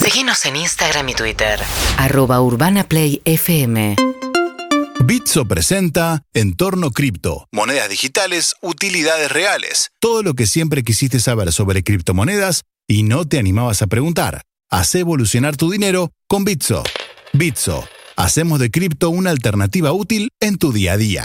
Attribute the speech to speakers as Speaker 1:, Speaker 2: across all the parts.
Speaker 1: Seguinos en Instagram y Twitter.
Speaker 2: arroba urbanaplayfm
Speaker 3: Bitso presenta Entorno Cripto, monedas digitales, utilidades reales, todo lo que siempre quisiste saber sobre criptomonedas y no te animabas a preguntar. Haz evolucionar tu dinero con Bitso. Bitso, hacemos de cripto una alternativa útil en tu día a día.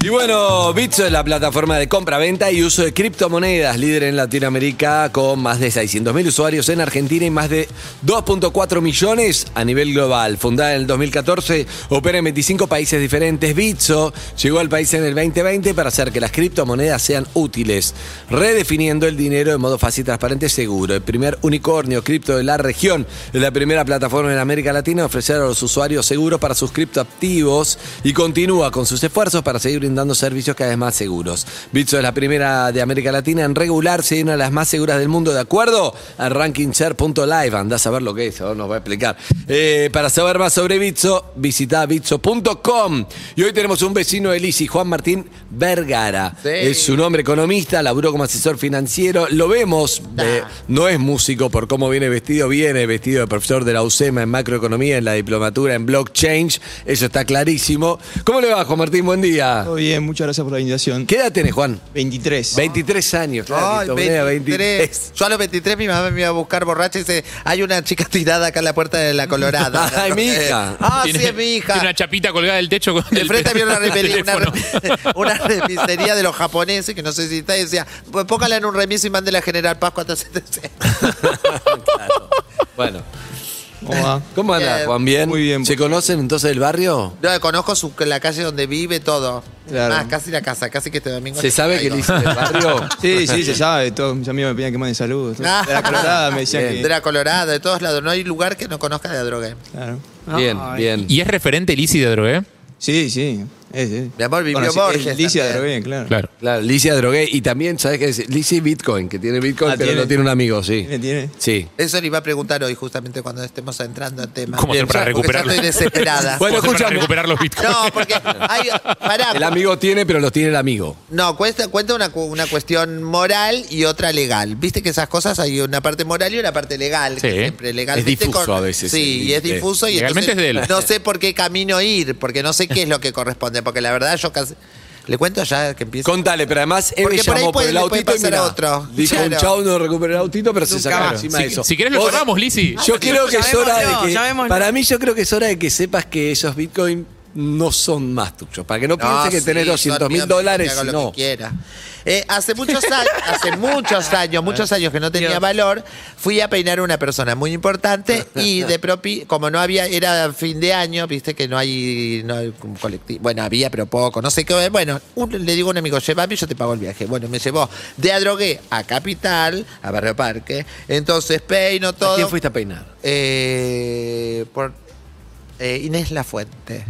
Speaker 4: Y bueno, Bitso es la plataforma de compra-venta y uso de criptomonedas, líder en Latinoamérica con más de 600.000 usuarios en Argentina y más de 2.4 millones a nivel global. Fundada en el 2014, opera en 25 países diferentes. Bitso llegó al país en el 2020 para hacer que las criptomonedas sean útiles, redefiniendo el dinero de modo fácil, transparente y seguro. El primer unicornio cripto de la región es la primera plataforma en América Latina a ofrecer a los usuarios seguros para sus criptoactivos y continúa con sus esfuerzos para seguir brindando servicios cada vez más seguros. Bitso es la primera de América Latina en regularse y una de las más seguras del mundo, ¿de acuerdo? Al rankingshare.live, andá a saber lo que es, ahora nos va a explicar. Eh, para saber más sobre Bitso, visita bitso.com. Y hoy tenemos un vecino de Lisi, Juan Martín Vergara. Es un hombre economista, laburó como asesor financiero, lo vemos, eh, no es músico por cómo viene vestido, viene vestido de profesor de la UCEMA en macroeconomía, en la diplomatura, en blockchain, eso está clarísimo. ¿Cómo le va, Juan Martín? Buen día.
Speaker 5: Todo bien, muchas gracias por la invitación.
Speaker 4: ¿Qué edad tenés, Juan?
Speaker 5: 23.
Speaker 4: 23 años, claro.
Speaker 6: Ay,
Speaker 4: criptomoneda,
Speaker 6: 23. Yo a los 23 mi mamá me iba a buscar borracha y dice, hay una chica tirada acá en la puerta de la Colorada.
Speaker 4: Ay, mi hija.
Speaker 6: Ah,
Speaker 7: Tiene-
Speaker 6: sí, es mi hija.
Speaker 7: Tiene una chapita colgada del techo con el
Speaker 6: Enfrente había una,
Speaker 7: el
Speaker 6: remería- una,
Speaker 7: teléfono.
Speaker 6: rem- una remisería de los japoneses que no sé si está y decía, pues póngala en un remis y mándela a General Paz 476.
Speaker 4: Bueno,
Speaker 5: ¿Cómo va?
Speaker 4: ¿cómo anda,
Speaker 6: Eh,
Speaker 4: Juan? ¿Bien?
Speaker 5: muy bien.
Speaker 4: ¿Se conocen entonces del barrio?
Speaker 6: No, conozco su- la calle donde vive todo.
Speaker 5: Claro.
Speaker 6: Más, casi la casa, casi que este domingo.
Speaker 4: ¿Se sabe que le hiciste del barrio?
Speaker 5: Sí, sí, se sabe. Todos mis amigos me pedían que mande saludos. De
Speaker 6: Ah.
Speaker 5: la colorada me decían
Speaker 6: De
Speaker 5: que.
Speaker 6: la Colorada, de todos lados. No hay lugar que no conozca de la droga.
Speaker 5: Claro.
Speaker 4: Bien, bien.
Speaker 7: Y es referente Lisi de Drogué. ¿eh?
Speaker 5: Sí, sí. Es, es.
Speaker 6: Mi amor, vivió
Speaker 5: Conocí-
Speaker 6: Borges
Speaker 5: es Licia Drogué,
Speaker 6: también.
Speaker 5: claro.
Speaker 7: Claro.
Speaker 4: eh, Claro, Licia Drogué. Y también, ¿sabes qué es? Licia Bitcoin, que tiene Bitcoin,
Speaker 5: Ah,
Speaker 4: pero
Speaker 5: tiene.
Speaker 4: no tiene un amigo, sí.
Speaker 5: ¿Tiene, tiene?
Speaker 4: Sí.
Speaker 6: Eso le iba a preguntar hoy, justamente cuando estemos entrando al tema.
Speaker 7: ¿Cómo hacer para
Speaker 6: Porque ya
Speaker 7: recuperarlo?
Speaker 6: estoy desesperada.
Speaker 4: Bueno,
Speaker 7: ¿Cómo hacer
Speaker 4: escúchame.
Speaker 7: para recuperar los bitcoins.
Speaker 6: No, porque hay. Pará.
Speaker 4: El amigo tiene, pero los tiene el amigo.
Speaker 6: No, cuesta, cuenta una, cu- una cuestión moral y otra legal. Viste que esas cosas hay una parte moral y una parte legal. que
Speaker 7: Sí.
Speaker 6: siempre legal.
Speaker 4: Es
Speaker 6: ¿viste?
Speaker 4: difuso a veces
Speaker 6: Sí,
Speaker 4: el
Speaker 6: y es
Speaker 4: límite.
Speaker 6: difuso y
Speaker 7: Legalmente
Speaker 6: entonces
Speaker 7: es de él.
Speaker 6: no sé por qué camino ir, porque no sé qué es lo que corresponde, porque la verdad yo casi... ¿Le cuento ya que empieza?
Speaker 4: Contale, pero además él
Speaker 6: Porque por ahí
Speaker 4: llamó por
Speaker 6: puede-
Speaker 4: el
Speaker 6: le puede
Speaker 4: autito y
Speaker 6: pasar
Speaker 4: mirá,
Speaker 6: a otro.
Speaker 4: Dijo,
Speaker 6: Claro.
Speaker 4: un chavo no recuperó el autito, pero se sacaron
Speaker 5: más.
Speaker 4: encima de eso.
Speaker 7: Si querés lo
Speaker 4: Vos- Ah,
Speaker 7: llamamos, Lisi.
Speaker 4: Yo creo que es hora
Speaker 8: Llamémoslo,
Speaker 4: de que.
Speaker 8: llamémoslo.
Speaker 4: Para mí, yo creo que es hora de que sepas que esos Bitcoin no son más tuyos. Para que no pienses que
Speaker 6: Ah, sí,
Speaker 4: tenés 200 mil
Speaker 6: dormí,
Speaker 4: dólares.
Speaker 6: hago lo
Speaker 4: No.
Speaker 6: que quiera. Eh, hace muchos años, hace muchos años, muchos años que no tenía
Speaker 8: Dios.
Speaker 6: valor, fui a peinar a una persona muy importante y de propi, como no había, era fin de año, viste que no hay, no hay un colectivo, bueno, había pero poco, no sé qué, bueno, un- le digo a un amigo, llévame y yo te pago el viaje. Bueno, me llevó de Adrogué a Capital, a Barrio Parque, entonces peino todo.
Speaker 4: ¿A quién fuiste a peinar?
Speaker 6: Eh, por eh, Inés Lafuente.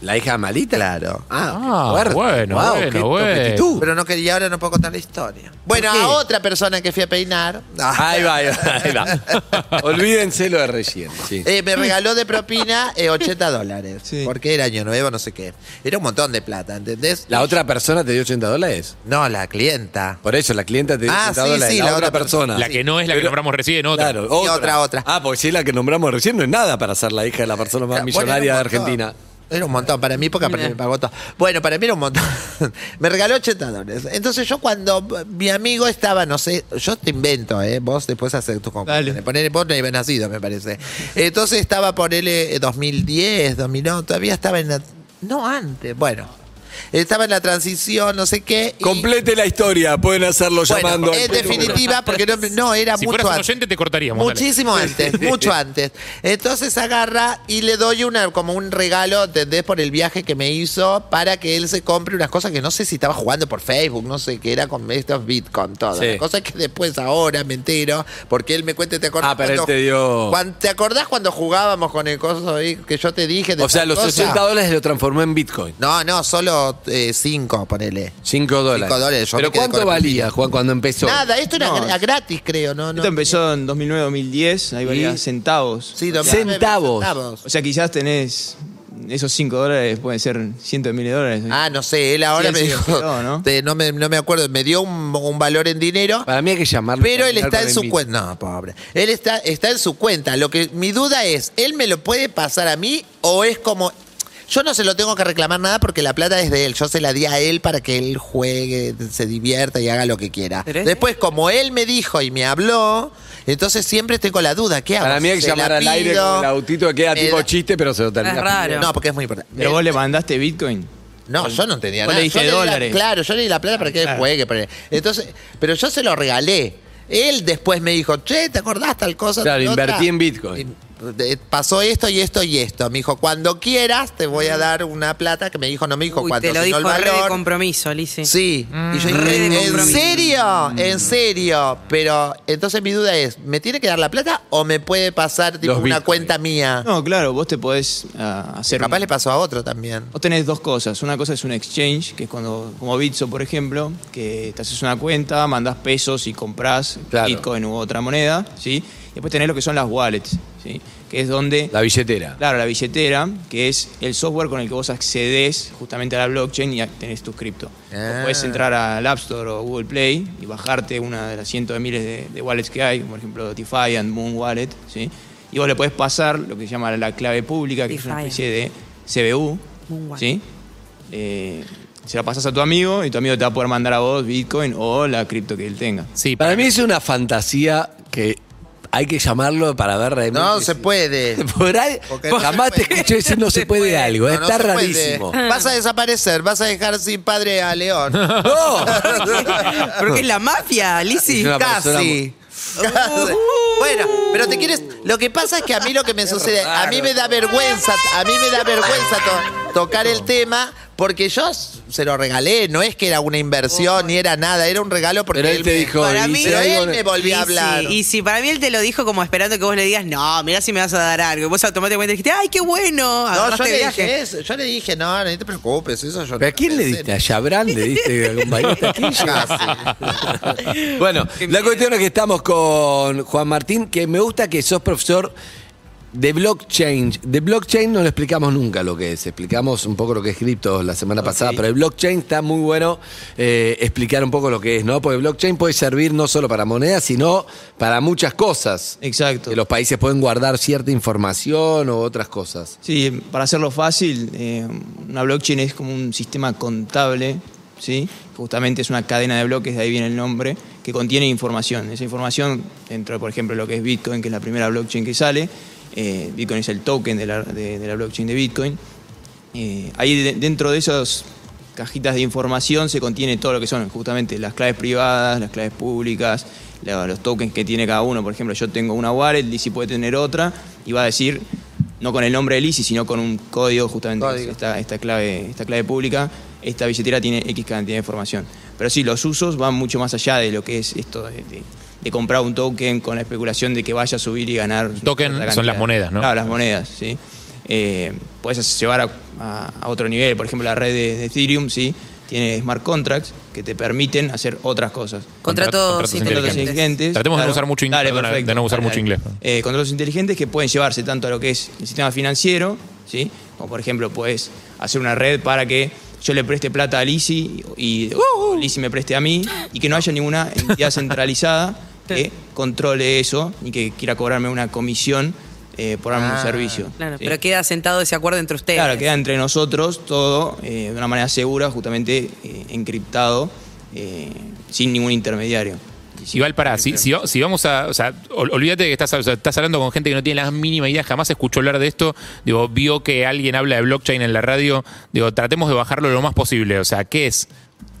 Speaker 4: ¿La hija malita?
Speaker 6: Claro.
Speaker 7: Ah, bueno, bueno, bueno.
Speaker 6: Pero no quería, ahora no puedo contar la historia. Bueno,
Speaker 4: qué? Ah.
Speaker 6: a otra persona que fui a peinar.
Speaker 4: Ahí va, ahí va, ahí va. Olvídense lo de recién. Sí.
Speaker 6: eh, me regaló de propina eh, 80 dólares.
Speaker 5: Sí.
Speaker 6: Porque era año nuevo, no sé qué. Era un montón de plata, ¿entendés?
Speaker 4: ¿La otra persona te dio 80 dólares?
Speaker 6: No, la clienta.
Speaker 4: Por eso, la clienta te dio
Speaker 6: Ah,
Speaker 4: 80
Speaker 6: sí,
Speaker 4: dólares.
Speaker 6: sí,
Speaker 4: la,
Speaker 6: la
Speaker 4: otra
Speaker 6: otra
Speaker 4: persona.
Speaker 7: La que no es la que
Speaker 4: Pero-
Speaker 7: nombramos recién, otra.
Speaker 4: Claro,
Speaker 6: Sí, otra, otra.
Speaker 4: Ah, porque si es la que nombramos recién, no es nada para ser la hija de la persona más
Speaker 6: Bueno,
Speaker 4: millonaria de
Speaker 6: era un montón.
Speaker 4: Argentina.
Speaker 6: Era un montón para mí, porque aparte me pagó todo. Bueno, para mí era un montón. me regaló 80 dólares. Entonces yo cuando mi amigo estaba, no sé, yo te invento, ¿eh? Vos después haces tus conclusiones.
Speaker 5: Dale.
Speaker 6: Ponele, vos no ibas nacido, me parece. Entonces estaba, ponele, eh, 2010, 2009, todavía estaba en la... No, antes, bueno. Estaba en la transición, no sé qué. y-
Speaker 4: Complete la historia, pueden hacerlo
Speaker 6: Bueno,
Speaker 4: llamando. al
Speaker 6: en
Speaker 4: teléfono.
Speaker 6: definitiva, porque no, no, era
Speaker 7: Si
Speaker 6: mucho
Speaker 7: fueras un
Speaker 6: antes.
Speaker 7: oyente, te cortaríamos, dale.
Speaker 6: Muchísimo antes, mucho antes. Entonces agarra y le doy una como un regalo, ¿entendés? Por el viaje que me hizo para que él se compre unas cosas que no sé si estaba jugando por Facebook, no sé qué era con estos Bitcoin, todo.
Speaker 4: Sí.
Speaker 6: Cosas que después ahora me entero, porque él me cuenta, ¿te acordás?
Speaker 4: Ah, pero él
Speaker 6: cuando-
Speaker 4: te dio-
Speaker 6: cuan- ¿Te acordás cuando jugábamos con el coso ahí que yo te dije? de
Speaker 4: O sea,
Speaker 6: tal
Speaker 4: los
Speaker 6: cosa?
Speaker 4: 80 dólares lo transformó en Bitcoin.
Speaker 6: No, no, solo 5, ponele.
Speaker 4: 5 dólares.
Speaker 6: Cinco dólares, yo
Speaker 4: Pero
Speaker 6: me quedé
Speaker 4: ¿cuánto
Speaker 6: con la
Speaker 4: valía, Juan, cuando empezó?
Speaker 6: Nada, esto era
Speaker 5: No.
Speaker 6: gra- gratis, creo, ¿no? no
Speaker 5: Esto empezó en 2009-2010, ahí valía
Speaker 4: Y-
Speaker 5: centavos.
Speaker 6: Sí, 2009,
Speaker 4: Centavos.
Speaker 5: O sea, quizás tenés esos 5 dólares pueden ser cientos de miles de dólares.
Speaker 6: Ah, no sé, él ahora
Speaker 5: Sí,
Speaker 6: me
Speaker 5: sí,
Speaker 6: dijo.
Speaker 5: quedó, ¿no?
Speaker 6: te- ¿no? me, no me acuerdo, me dio un, un valor en dinero.
Speaker 4: Para mí hay que llamarlo.
Speaker 6: Pero él
Speaker 4: terminar
Speaker 6: está
Speaker 4: con
Speaker 6: en
Speaker 4: el
Speaker 6: su
Speaker 4: mito.
Speaker 6: cuenta. No, pobre. Él está, está en su cuenta. Lo que mi duda es, ¿él me lo puede pasar a mí o es como yo no se lo tengo que reclamar nada porque la plata es de él. Yo se la di a él para que él juegue, se divierta y haga lo que quiera.
Speaker 4: Pero es-
Speaker 6: Después, como él me dijo y me habló, entonces siempre tengo la duda. ¿Qué hago?
Speaker 4: Para mí hay que
Speaker 6: ¿Se la
Speaker 4: llamar al aire
Speaker 6: pido?
Speaker 4: con el autito que queda
Speaker 6: Me
Speaker 4: tipo
Speaker 6: da-
Speaker 4: chiste, pero se lo termina.
Speaker 8: Es raro.
Speaker 6: No, porque es muy importante.
Speaker 5: Pero vos le mandaste Bitcoin.
Speaker 6: No, yo no tenía
Speaker 5: Vos
Speaker 6: nada.
Speaker 5: le diste
Speaker 6: Yo di la-
Speaker 5: dólares.
Speaker 6: claro, yo le di la plata para que él juegue. pero- entonces, pero yo se lo regalé. Él después me dijo, che, ¿te acordás tal cosa?
Speaker 4: Claro,
Speaker 6: tal otra?"
Speaker 4: invertí en Bitcoin.
Speaker 6: Y, eh, Pasó esto y esto y esto. Me dijo, cuando quieras te voy a dar una plata que me dijo, no me dijo
Speaker 8: Uy,
Speaker 6: cuánto,
Speaker 8: te lo
Speaker 6: sino
Speaker 8: dijo
Speaker 6: el
Speaker 8: re de
Speaker 6: valor.
Speaker 8: compromiso, Lizzy.
Speaker 6: Sí, y yo
Speaker 8: re
Speaker 6: dije,
Speaker 8: de
Speaker 6: ¿en
Speaker 8: compromiso".
Speaker 6: serio? ¿En serio? Pero entonces mi duda es, ¿me tiene que dar la plata o me puede pasar tipo,
Speaker 4: Los
Speaker 6: una
Speaker 4: bitcoins.
Speaker 6: cuenta mía?
Speaker 5: No, claro, vos te podés ah, hacer.
Speaker 6: Capaz
Speaker 5: un-
Speaker 6: le pasó a otro también.
Speaker 5: Vos tenés dos cosas. Una cosa es un exchange, que es cuando, como Bitso, por ejemplo, que te haces una cuenta, mandás pesos y comprás
Speaker 4: Claro.
Speaker 5: Bitcoin u otra moneda, ¿sí? Y después tenés lo que son las wallets, ¿sí? Que es donde...
Speaker 4: La billetera.
Speaker 5: Claro, la billetera, que es el software con el que vos accedes justamente a la blockchain y a- tenés tus cripto.
Speaker 6: Ah.
Speaker 5: Vos Podés entrar al App Store o Google Play y bajarte una de las cientos de miles de, de wallets que hay, por ejemplo, Defiant, Moon Wallet, ¿sí? Y vos le podés pasar lo que se llama la clave pública, que
Speaker 8: Defiant.
Speaker 5: es una especie de CBU,
Speaker 8: Moon Wallet.
Speaker 5: ¿sí? Eh, se la pasas a tu amigo y tu amigo te va a poder mandar a vos Bitcoin o la cripto que él tenga.
Speaker 7: Sí,
Speaker 4: Para mí es una fantasía que hay que llamarlo para ver realmente
Speaker 6: No
Speaker 4: si-
Speaker 6: se puede.
Speaker 4: Por ahí,
Speaker 6: Porque no
Speaker 4: jamás
Speaker 6: se
Speaker 4: te
Speaker 6: puede.
Speaker 4: escuché decir no se puede algo. eh,
Speaker 6: No, no
Speaker 4: Está
Speaker 6: se puede.
Speaker 4: rarísimo.
Speaker 6: Vas a desaparecer, vas a dejar sin padre a León.
Speaker 4: ¡No!
Speaker 8: Porque es la mafia, Lizzy.
Speaker 4: Es una persona
Speaker 6: Casi.
Speaker 4: muy-
Speaker 6: Casi. Bueno, pero te quieres. Lo que pasa es que a mí lo que me sucede, a mí me da vergüenza, a mí me da vergüenza to- tocar el tema porque yo s- se lo regalé, no es que era una inversión ni era nada, era un regalo porque
Speaker 4: Pero él te
Speaker 6: me-
Speaker 4: dijo.
Speaker 8: Para
Speaker 4: y
Speaker 8: mí-
Speaker 4: te
Speaker 6: Pero
Speaker 4: digo-
Speaker 6: él me volvió a
Speaker 8: Y sí,
Speaker 6: hablar.
Speaker 8: Y si para mí él te lo dijo como esperando que vos le digas, no, mirá si me vas a dar algo. Y vos automáticamente dijiste, ay, qué bueno.
Speaker 6: No, yo
Speaker 8: agarraste
Speaker 6: le
Speaker 8: viaje.
Speaker 6: dije eso, yo le dije, no, no te preocupes, eso yo
Speaker 4: ¿Pero a
Speaker 6: no
Speaker 4: quién le
Speaker 6: pensé.
Speaker 4: diste? ¿A Yabrán le diste a compañero? ¿A quién llegaste? Ah, Bueno, la cuestión es que estamos con Juan Martín, que me gusta que sos profesor de blockchain. De blockchain no lo explicamos nunca lo que es. Explicamos un poco lo que es cripto la semana pasada, pero el blockchain está muy bueno eh, explicar un poco lo que es, ¿no? Porque blockchain puede servir no solo para monedas, sino para muchas cosas.
Speaker 5: Exacto.
Speaker 4: Que los países pueden guardar cierta información o otras cosas.
Speaker 5: Sí, para hacerlo fácil, eh, una blockchain es como un sistema contable, ¿sí? Justamente es una cadena de bloques, de ahí viene el nombre, que contiene información. Esa información, dentro de, por ejemplo, lo que es Bitcoin, que es la primera blockchain que sale, eh, Bitcoin es el token de la, de- de la blockchain de Bitcoin. Eh, ahí de- dentro de esas cajitas de información se contiene todo lo que son justamente las claves privadas, las claves públicas, la- los tokens que tiene cada uno. Por ejemplo, yo tengo una wallet, Lizzy puede tener otra y va a decir, no con el nombre de Lizzy, sino con un código justamente, que es
Speaker 6: Código.
Speaker 5: Esta, esta clave, esta clave pública. Esta billetera tiene X cantidad de información. Pero sí, los usos van mucho más allá de lo que es esto de, de- de comprar un token con la especulación de que vaya a subir y ganar.
Speaker 7: Token
Speaker 5: cierta
Speaker 7: son las
Speaker 5: cantidad.
Speaker 7: monedas, ¿no?
Speaker 5: Claro, las monedas, ¿sí? Eh, puedes llevar a, a- a otro nivel, por ejemplo, la red de, de Ethereum, ¿sí? Tiene smart contracts que te permiten hacer otras cosas.
Speaker 8: Contratos
Speaker 7: Contratos inteligentes.
Speaker 8: inteligentes.
Speaker 7: Tratemos de no usar mucho in-
Speaker 5: Dale,
Speaker 7: perdona,
Speaker 5: perfecto.
Speaker 7: de no usar
Speaker 5: Dale,
Speaker 7: mucho
Speaker 5: dale.
Speaker 7: inglés, ¿no?
Speaker 5: Eh, contratos inteligentes que pueden llevarse tanto a lo que es el sistema financiero, ¿sí? Como por ejemplo, puedes hacer una red para que yo le preste plata a Lisi y o Lisi me preste a mí y que no haya ninguna entidad centralizada que controle eso ni que quiera cobrarme una comisión eh, por darme un servicio.
Speaker 8: Ah, Claro,
Speaker 5: ¿sí?
Speaker 8: pero queda sentado ese acuerdo entre ustedes.
Speaker 5: Claro, queda entre nosotros todo eh, de una manera segura, justamente eh, encriptado, eh, sin ningún intermediario.
Speaker 7: Igual para, si, si, si vamos a. O sea, ol- olvídate que estás, o sea, estás hablando con gente que no tiene la mínima idea, jamás escuchó hablar de esto. Digo, vio que alguien habla de blockchain en la radio. Digo, tratemos de bajarlo lo más posible. O sea, ¿qué es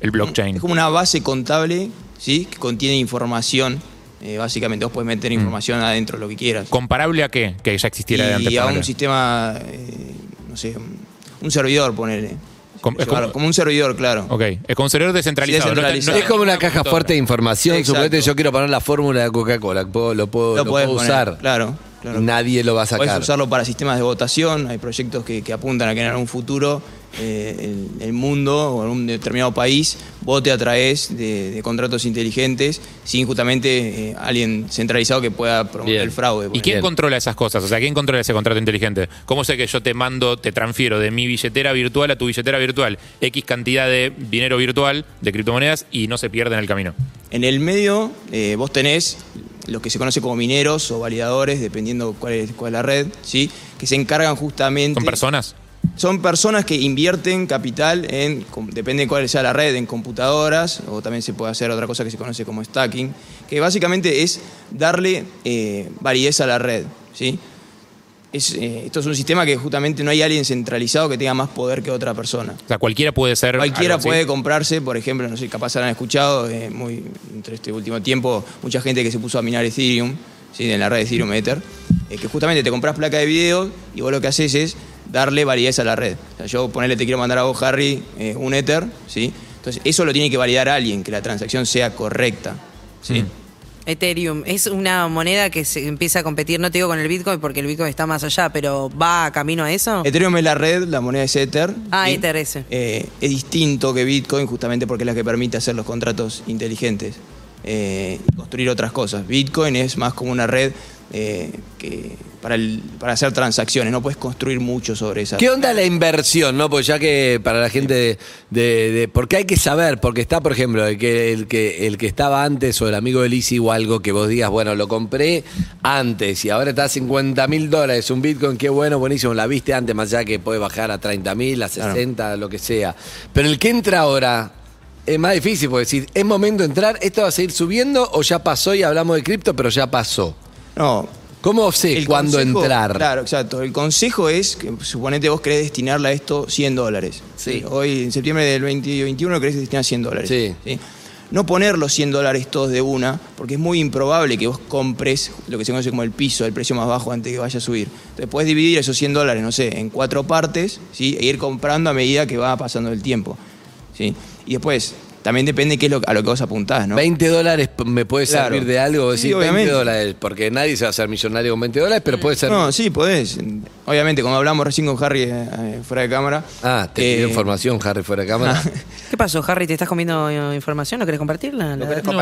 Speaker 7: el blockchain?
Speaker 5: Es como una base contable, ¿sí? Que contiene información. eh, básicamente, vos podés meter información adentro, lo que quieras.
Speaker 7: ¿Comparable a qué? Que ya existiera Mm. de antes.
Speaker 5: y a
Speaker 7: ponele.
Speaker 5: un sistema, eh, no sé, un, un servidor, ponele.
Speaker 7: Com- es
Speaker 5: Claro,
Speaker 7: como-
Speaker 5: como un servidor, claro.
Speaker 7: Ok, el con servidor descentralizado. no está- no
Speaker 5: Descentralizado.
Speaker 7: está-
Speaker 4: Es como una caja fuerte de información.
Speaker 5: Exacto.
Speaker 4: Suponete yo quiero poner la fórmula de Coca-Cola. puedo- Lo puedo, lo
Speaker 5: podés
Speaker 4: puedo
Speaker 5: poner,
Speaker 4: usar.
Speaker 5: Claro. Claro.
Speaker 4: Nadie lo va a
Speaker 5: Podés
Speaker 4: sacar.
Speaker 5: usarlo para sistemas de votación, hay proyectos que, que apuntan a que en algún futuro eh, el, el mundo o en un determinado país vote a través de, de contratos inteligentes sin justamente eh, alguien centralizado que pueda promover
Speaker 4: Bien.
Speaker 5: el fraude.
Speaker 7: ¿Y
Speaker 5: por
Speaker 7: quién
Speaker 5: ejemplo.
Speaker 7: controla esas cosas? O sea, ¿quién controla ese contrato inteligente? ¿Cómo sé que yo te mando, te transfiero de mi billetera virtual a tu billetera virtual X cantidad de dinero virtual, de criptomonedas, y no se pierde en el camino?
Speaker 5: En el medio eh, vos tenés los que se conoce como mineros o validadores, dependiendo cuál es, cuál es la red, ¿sí? que se encargan justamente...
Speaker 7: ¿Son personas?
Speaker 5: Son personas que invierten capital en, com- depende de cuál sea la red, en computadoras, o también se puede hacer otra cosa que se conoce como stacking, que básicamente es darle eh, validez a la red. ¿sí? Es, eh, esto es un sistema que justamente no hay alguien centralizado que tenga más poder que otra persona.
Speaker 7: O sea, cualquiera puede ser.
Speaker 5: Cualquiera
Speaker 7: algo así.
Speaker 5: puede comprarse, por ejemplo, no sé, capaz lo han escuchado, eh, muy, entre este último tiempo, mucha gente que se puso a minar Ethereum, ¿sí? en la red Ethereum Ether, eh, que justamente te compras placa de video y vos lo que haces es darle validez a la red. O sea, yo ponerle te quiero mandar a vos, Harry, eh, un Ether, ¿sí? Entonces, eso lo tiene que validar alguien, que la transacción sea correcta,
Speaker 7: Mm.
Speaker 5: ¿sí?
Speaker 8: Ethereum es una moneda que se empieza a competir, no te digo con el Bitcoin porque el Bitcoin está más allá, pero va camino a eso.
Speaker 5: Ethereum es la red, la moneda es Ether.
Speaker 8: Ah,
Speaker 5: ¿sí?
Speaker 8: Ether, ese.
Speaker 5: Eh, es distinto que Bitcoin justamente porque es la que permite hacer los contratos inteligentes eh, y construir otras cosas. Bitcoin es más como una red eh, que para, el- para hacer transacciones, no puedes construir mucho sobre esa.
Speaker 4: ¿Qué onda la inversión, no? Pues ya que para la gente de, de- de- porque hay que saber, porque está, por ejemplo, el que, el que el que estaba antes o el amigo de Lisi o algo que vos digas, bueno, lo compré antes y ahora está a 50 mil dólares, un Bitcoin, qué bueno, buenísimo, la viste antes, más allá que puede bajar a 30 mil, a 60, lo que sea. Pero el que entra ahora es más difícil, porque decir, ¿es momento de entrar? ¿Esto va a seguir subiendo o ya pasó y hablamos de cripto, pero ya pasó?
Speaker 5: No.
Speaker 4: ¿Cómo sé
Speaker 5: el
Speaker 4: cuándo
Speaker 5: consejo-
Speaker 4: entrar?
Speaker 5: Claro, exacto. El consejo es, que, suponete vos querés destinarle a esto 100 dólares.
Speaker 4: Sí.
Speaker 5: Hoy, en septiembre del 2021, querés destinar 100 dólares.
Speaker 4: Sí.
Speaker 5: No poner los 100 dólares todos de una, porque es muy improbable que vos compres lo que se conoce como el piso, el precio más bajo antes que vaya a subir. Entonces podés dividir esos 100 dólares, no sé, en cuatro partes, ¿sí? e ir comprando a medida que va pasando el tiempo. ¿sí? Y después, también depende qué es lo, a lo que vos apuntás, ¿no?
Speaker 4: 20 dólares p- me puede
Speaker 5: Claro.
Speaker 4: servir de algo,
Speaker 5: Sí,
Speaker 4: decir 20
Speaker 5: obviamente.
Speaker 4: dólares, porque nadie se va a hacer millonario con 20 dólares, pero puede ser.
Speaker 5: No, sí, podés. Obviamente, como hablamos recién con Harry eh, eh, fuera de cámara.
Speaker 4: Ah, te pido
Speaker 5: eh,
Speaker 4: información, Harry, fuera de cámara.
Speaker 8: ¿Qué pasó, Harry? ¿Te estás comiendo eh, información? ¿No querés compartirla? La-
Speaker 6: querés ¿Estás como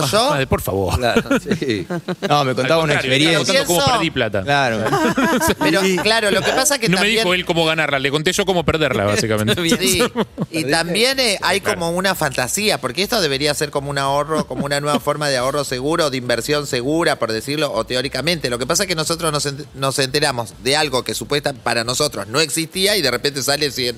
Speaker 7: ma-
Speaker 6: yo?
Speaker 7: madre, por favor.
Speaker 4: Claro, sí.
Speaker 5: No, me contaba una experiencia.
Speaker 7: Contando cómo
Speaker 6: Pienso-
Speaker 7: perdí plata.
Speaker 5: Claro.
Speaker 6: Pero claro, lo que pasa es que
Speaker 7: no me
Speaker 6: también...
Speaker 7: dijo él cómo ganarla, le conté yo cómo perderla, básicamente.
Speaker 6: Sí, y también eh, hay como una fantasía, porque esto debería ser como un ahorro, como una nueva forma de ahorro seguro, de inversión segura, por decirlo, o teóricamente. Lo que pasa es que nosotros nos, ent- nos enteramos de algo que supuesta para nosotros no existía y de repente sale, 100,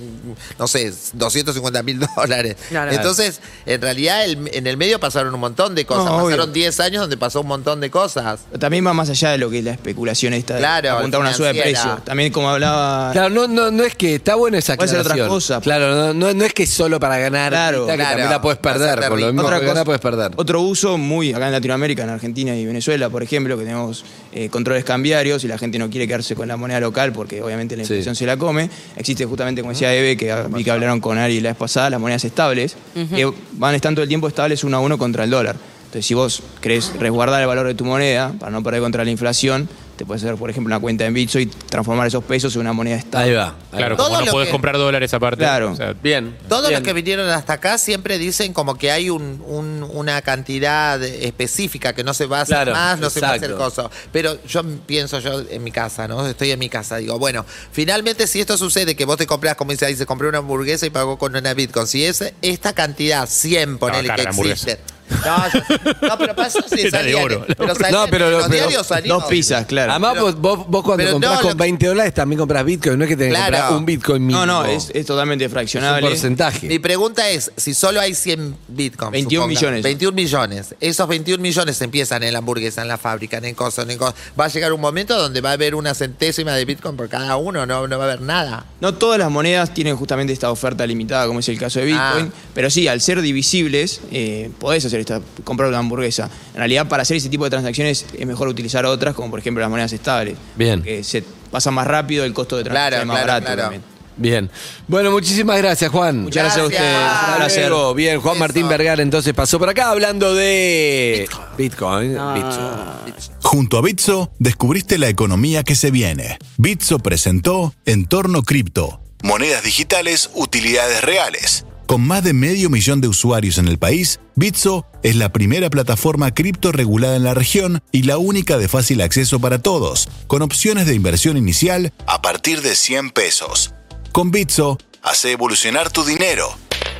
Speaker 6: no sé, 250 mil dólares.
Speaker 8: Claro.
Speaker 6: Entonces, en realidad, el- en el medio pasaron un montón de cosas.
Speaker 5: No, obvio.
Speaker 6: pasaron 10 años donde pasó un montón de cosas.
Speaker 5: También va más allá de lo que es la especulación esta de
Speaker 6: Claro,
Speaker 5: apuntar una suba de
Speaker 6: financiera.
Speaker 5: precio. También como hablaba.
Speaker 4: Claro, no, no, no es que está bueno esa
Speaker 5: Puede ser otra
Speaker 4: aclaración.
Speaker 5: cosa.
Speaker 4: Claro, no, no, no es que es solo para ganar,
Speaker 5: Claro,
Speaker 4: guita, que
Speaker 6: claro.
Speaker 4: también la puedes perder,
Speaker 6: Hacerte
Speaker 4: por lo
Speaker 6: rico.
Speaker 4: mismo
Speaker 5: Otra
Speaker 4: que ganar
Speaker 5: cosa-
Speaker 4: puedes perder.
Speaker 5: Otro uso muy acá en Latinoamérica, en Argentina y Venezuela, por ejemplo, que tenemos eh, controles cambiarios y la gente no quiere quedarse con la moneda local porque obviamente la
Speaker 4: Sí.
Speaker 5: inflación se la come. Existe justamente, como decía Eve, que vi que hablaron con Ari la vez pasada, las monedas estables, que van estando el tiempo estables uno a uno contra el dólar. Entonces, si vos querés resguardar el valor de tu moneda para no perder contra la inflación, te puedes hacer, por ejemplo, una cuenta en Bitso y transformar esos pesos en una moneda estable.
Speaker 4: Ahí va. ahí
Speaker 7: Claro,
Speaker 4: va.
Speaker 6: Todo
Speaker 7: como no
Speaker 6: lo
Speaker 7: podés
Speaker 6: que-
Speaker 7: comprar dólares aparte.
Speaker 5: Claro.
Speaker 7: O sea,
Speaker 4: Bien.
Speaker 6: Todos
Speaker 4: bien.
Speaker 6: los que vinieron hasta acá siempre dicen como que hay un- un- una cantidad específica que no se va a hacer
Speaker 4: Claro,
Speaker 6: más, no se va a hacer
Speaker 4: exacto.
Speaker 6: cosas. Pero yo pienso yo en mi casa, ¿no? Estoy en mi casa. Digo, bueno, finalmente si esto sucede, que vos te compras, como dice ahí, se compró una hamburguesa y pagó con una Bitcoin. Si es esta cantidad, 100, ponele
Speaker 7: cara
Speaker 6: que
Speaker 7: la hamburguesa.
Speaker 6: existe. No, yo- no, pero pasa si
Speaker 7: Era de
Speaker 6: salía-
Speaker 7: oro.
Speaker 6: Pero salía-
Speaker 4: No, pero-
Speaker 6: los
Speaker 4: pero-
Speaker 6: diarios salieron.
Speaker 5: Dos pizzas, claro.
Speaker 4: Además,
Speaker 6: Pero-
Speaker 4: vos, vos, vos cuando
Speaker 6: pero
Speaker 4: comprás
Speaker 6: no,
Speaker 4: con
Speaker 6: lo que-
Speaker 4: 20 dólares también compras Bitcoin, no es que tenés que
Speaker 6: Claro.
Speaker 4: comprar un Bitcoin mínimo.
Speaker 5: no, no, es, es totalmente
Speaker 4: Es un
Speaker 5: fraccionable.
Speaker 4: porcentaje.
Speaker 6: Mi pregunta es, si solo hay 100 bitcoins.
Speaker 5: 21
Speaker 6: suponga,
Speaker 5: millones.
Speaker 6: 21 millones. Esos 21 millones empiezan en la hamburguesa, en la fábrica, en el coso, en el coso. Va a llegar un momento donde va a haber una centésima de bitcoin por cada uno, no, no va a haber nada.
Speaker 5: No todas las monedas tienen justamente esta oferta limitada, como es el caso de Bitcoin,
Speaker 6: Ah.
Speaker 5: pero sí, al ser divisibles, eh, podés hacer esta, comprar una hamburguesa. En realidad, para hacer ese tipo de transacciones es mejor utilizar otras, como por ejemplo las monedas estables.
Speaker 4: Bien.
Speaker 5: Que se pasa más rápido, el costo de transacción
Speaker 6: Claro,
Speaker 5: es más
Speaker 6: claro,
Speaker 5: barato
Speaker 6: claro.
Speaker 5: también.
Speaker 4: Bien. Bueno, muchísimas gracias, Juan.
Speaker 5: Muchas gracias, a ustedes.
Speaker 6: Gracias.
Speaker 5: Un placer.
Speaker 4: Luego, bien, Juan
Speaker 6: Eso.
Speaker 4: Martín Vergara entonces pasó por acá hablando de Bitcoin. Bitcoin.
Speaker 3: Junto a Bitso, descubriste la economía que se viene. Bitso presentó Entorno Cripto, monedas digitales, utilidades reales. Con más de medio millón de usuarios en el país, Bitso es la primera plataforma cripto regulada en la región y la única de fácil acceso para todos, con opciones de inversión inicial a partir de 100 pesos. Con Bitso, hace evolucionar tu dinero.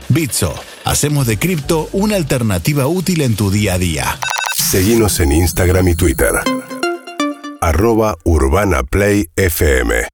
Speaker 3: Bitso, hacemos de cripto una alternativa útil en tu día a día.
Speaker 9: Seguinos en Instagram y Twitter. Arroba Urbana Play FM.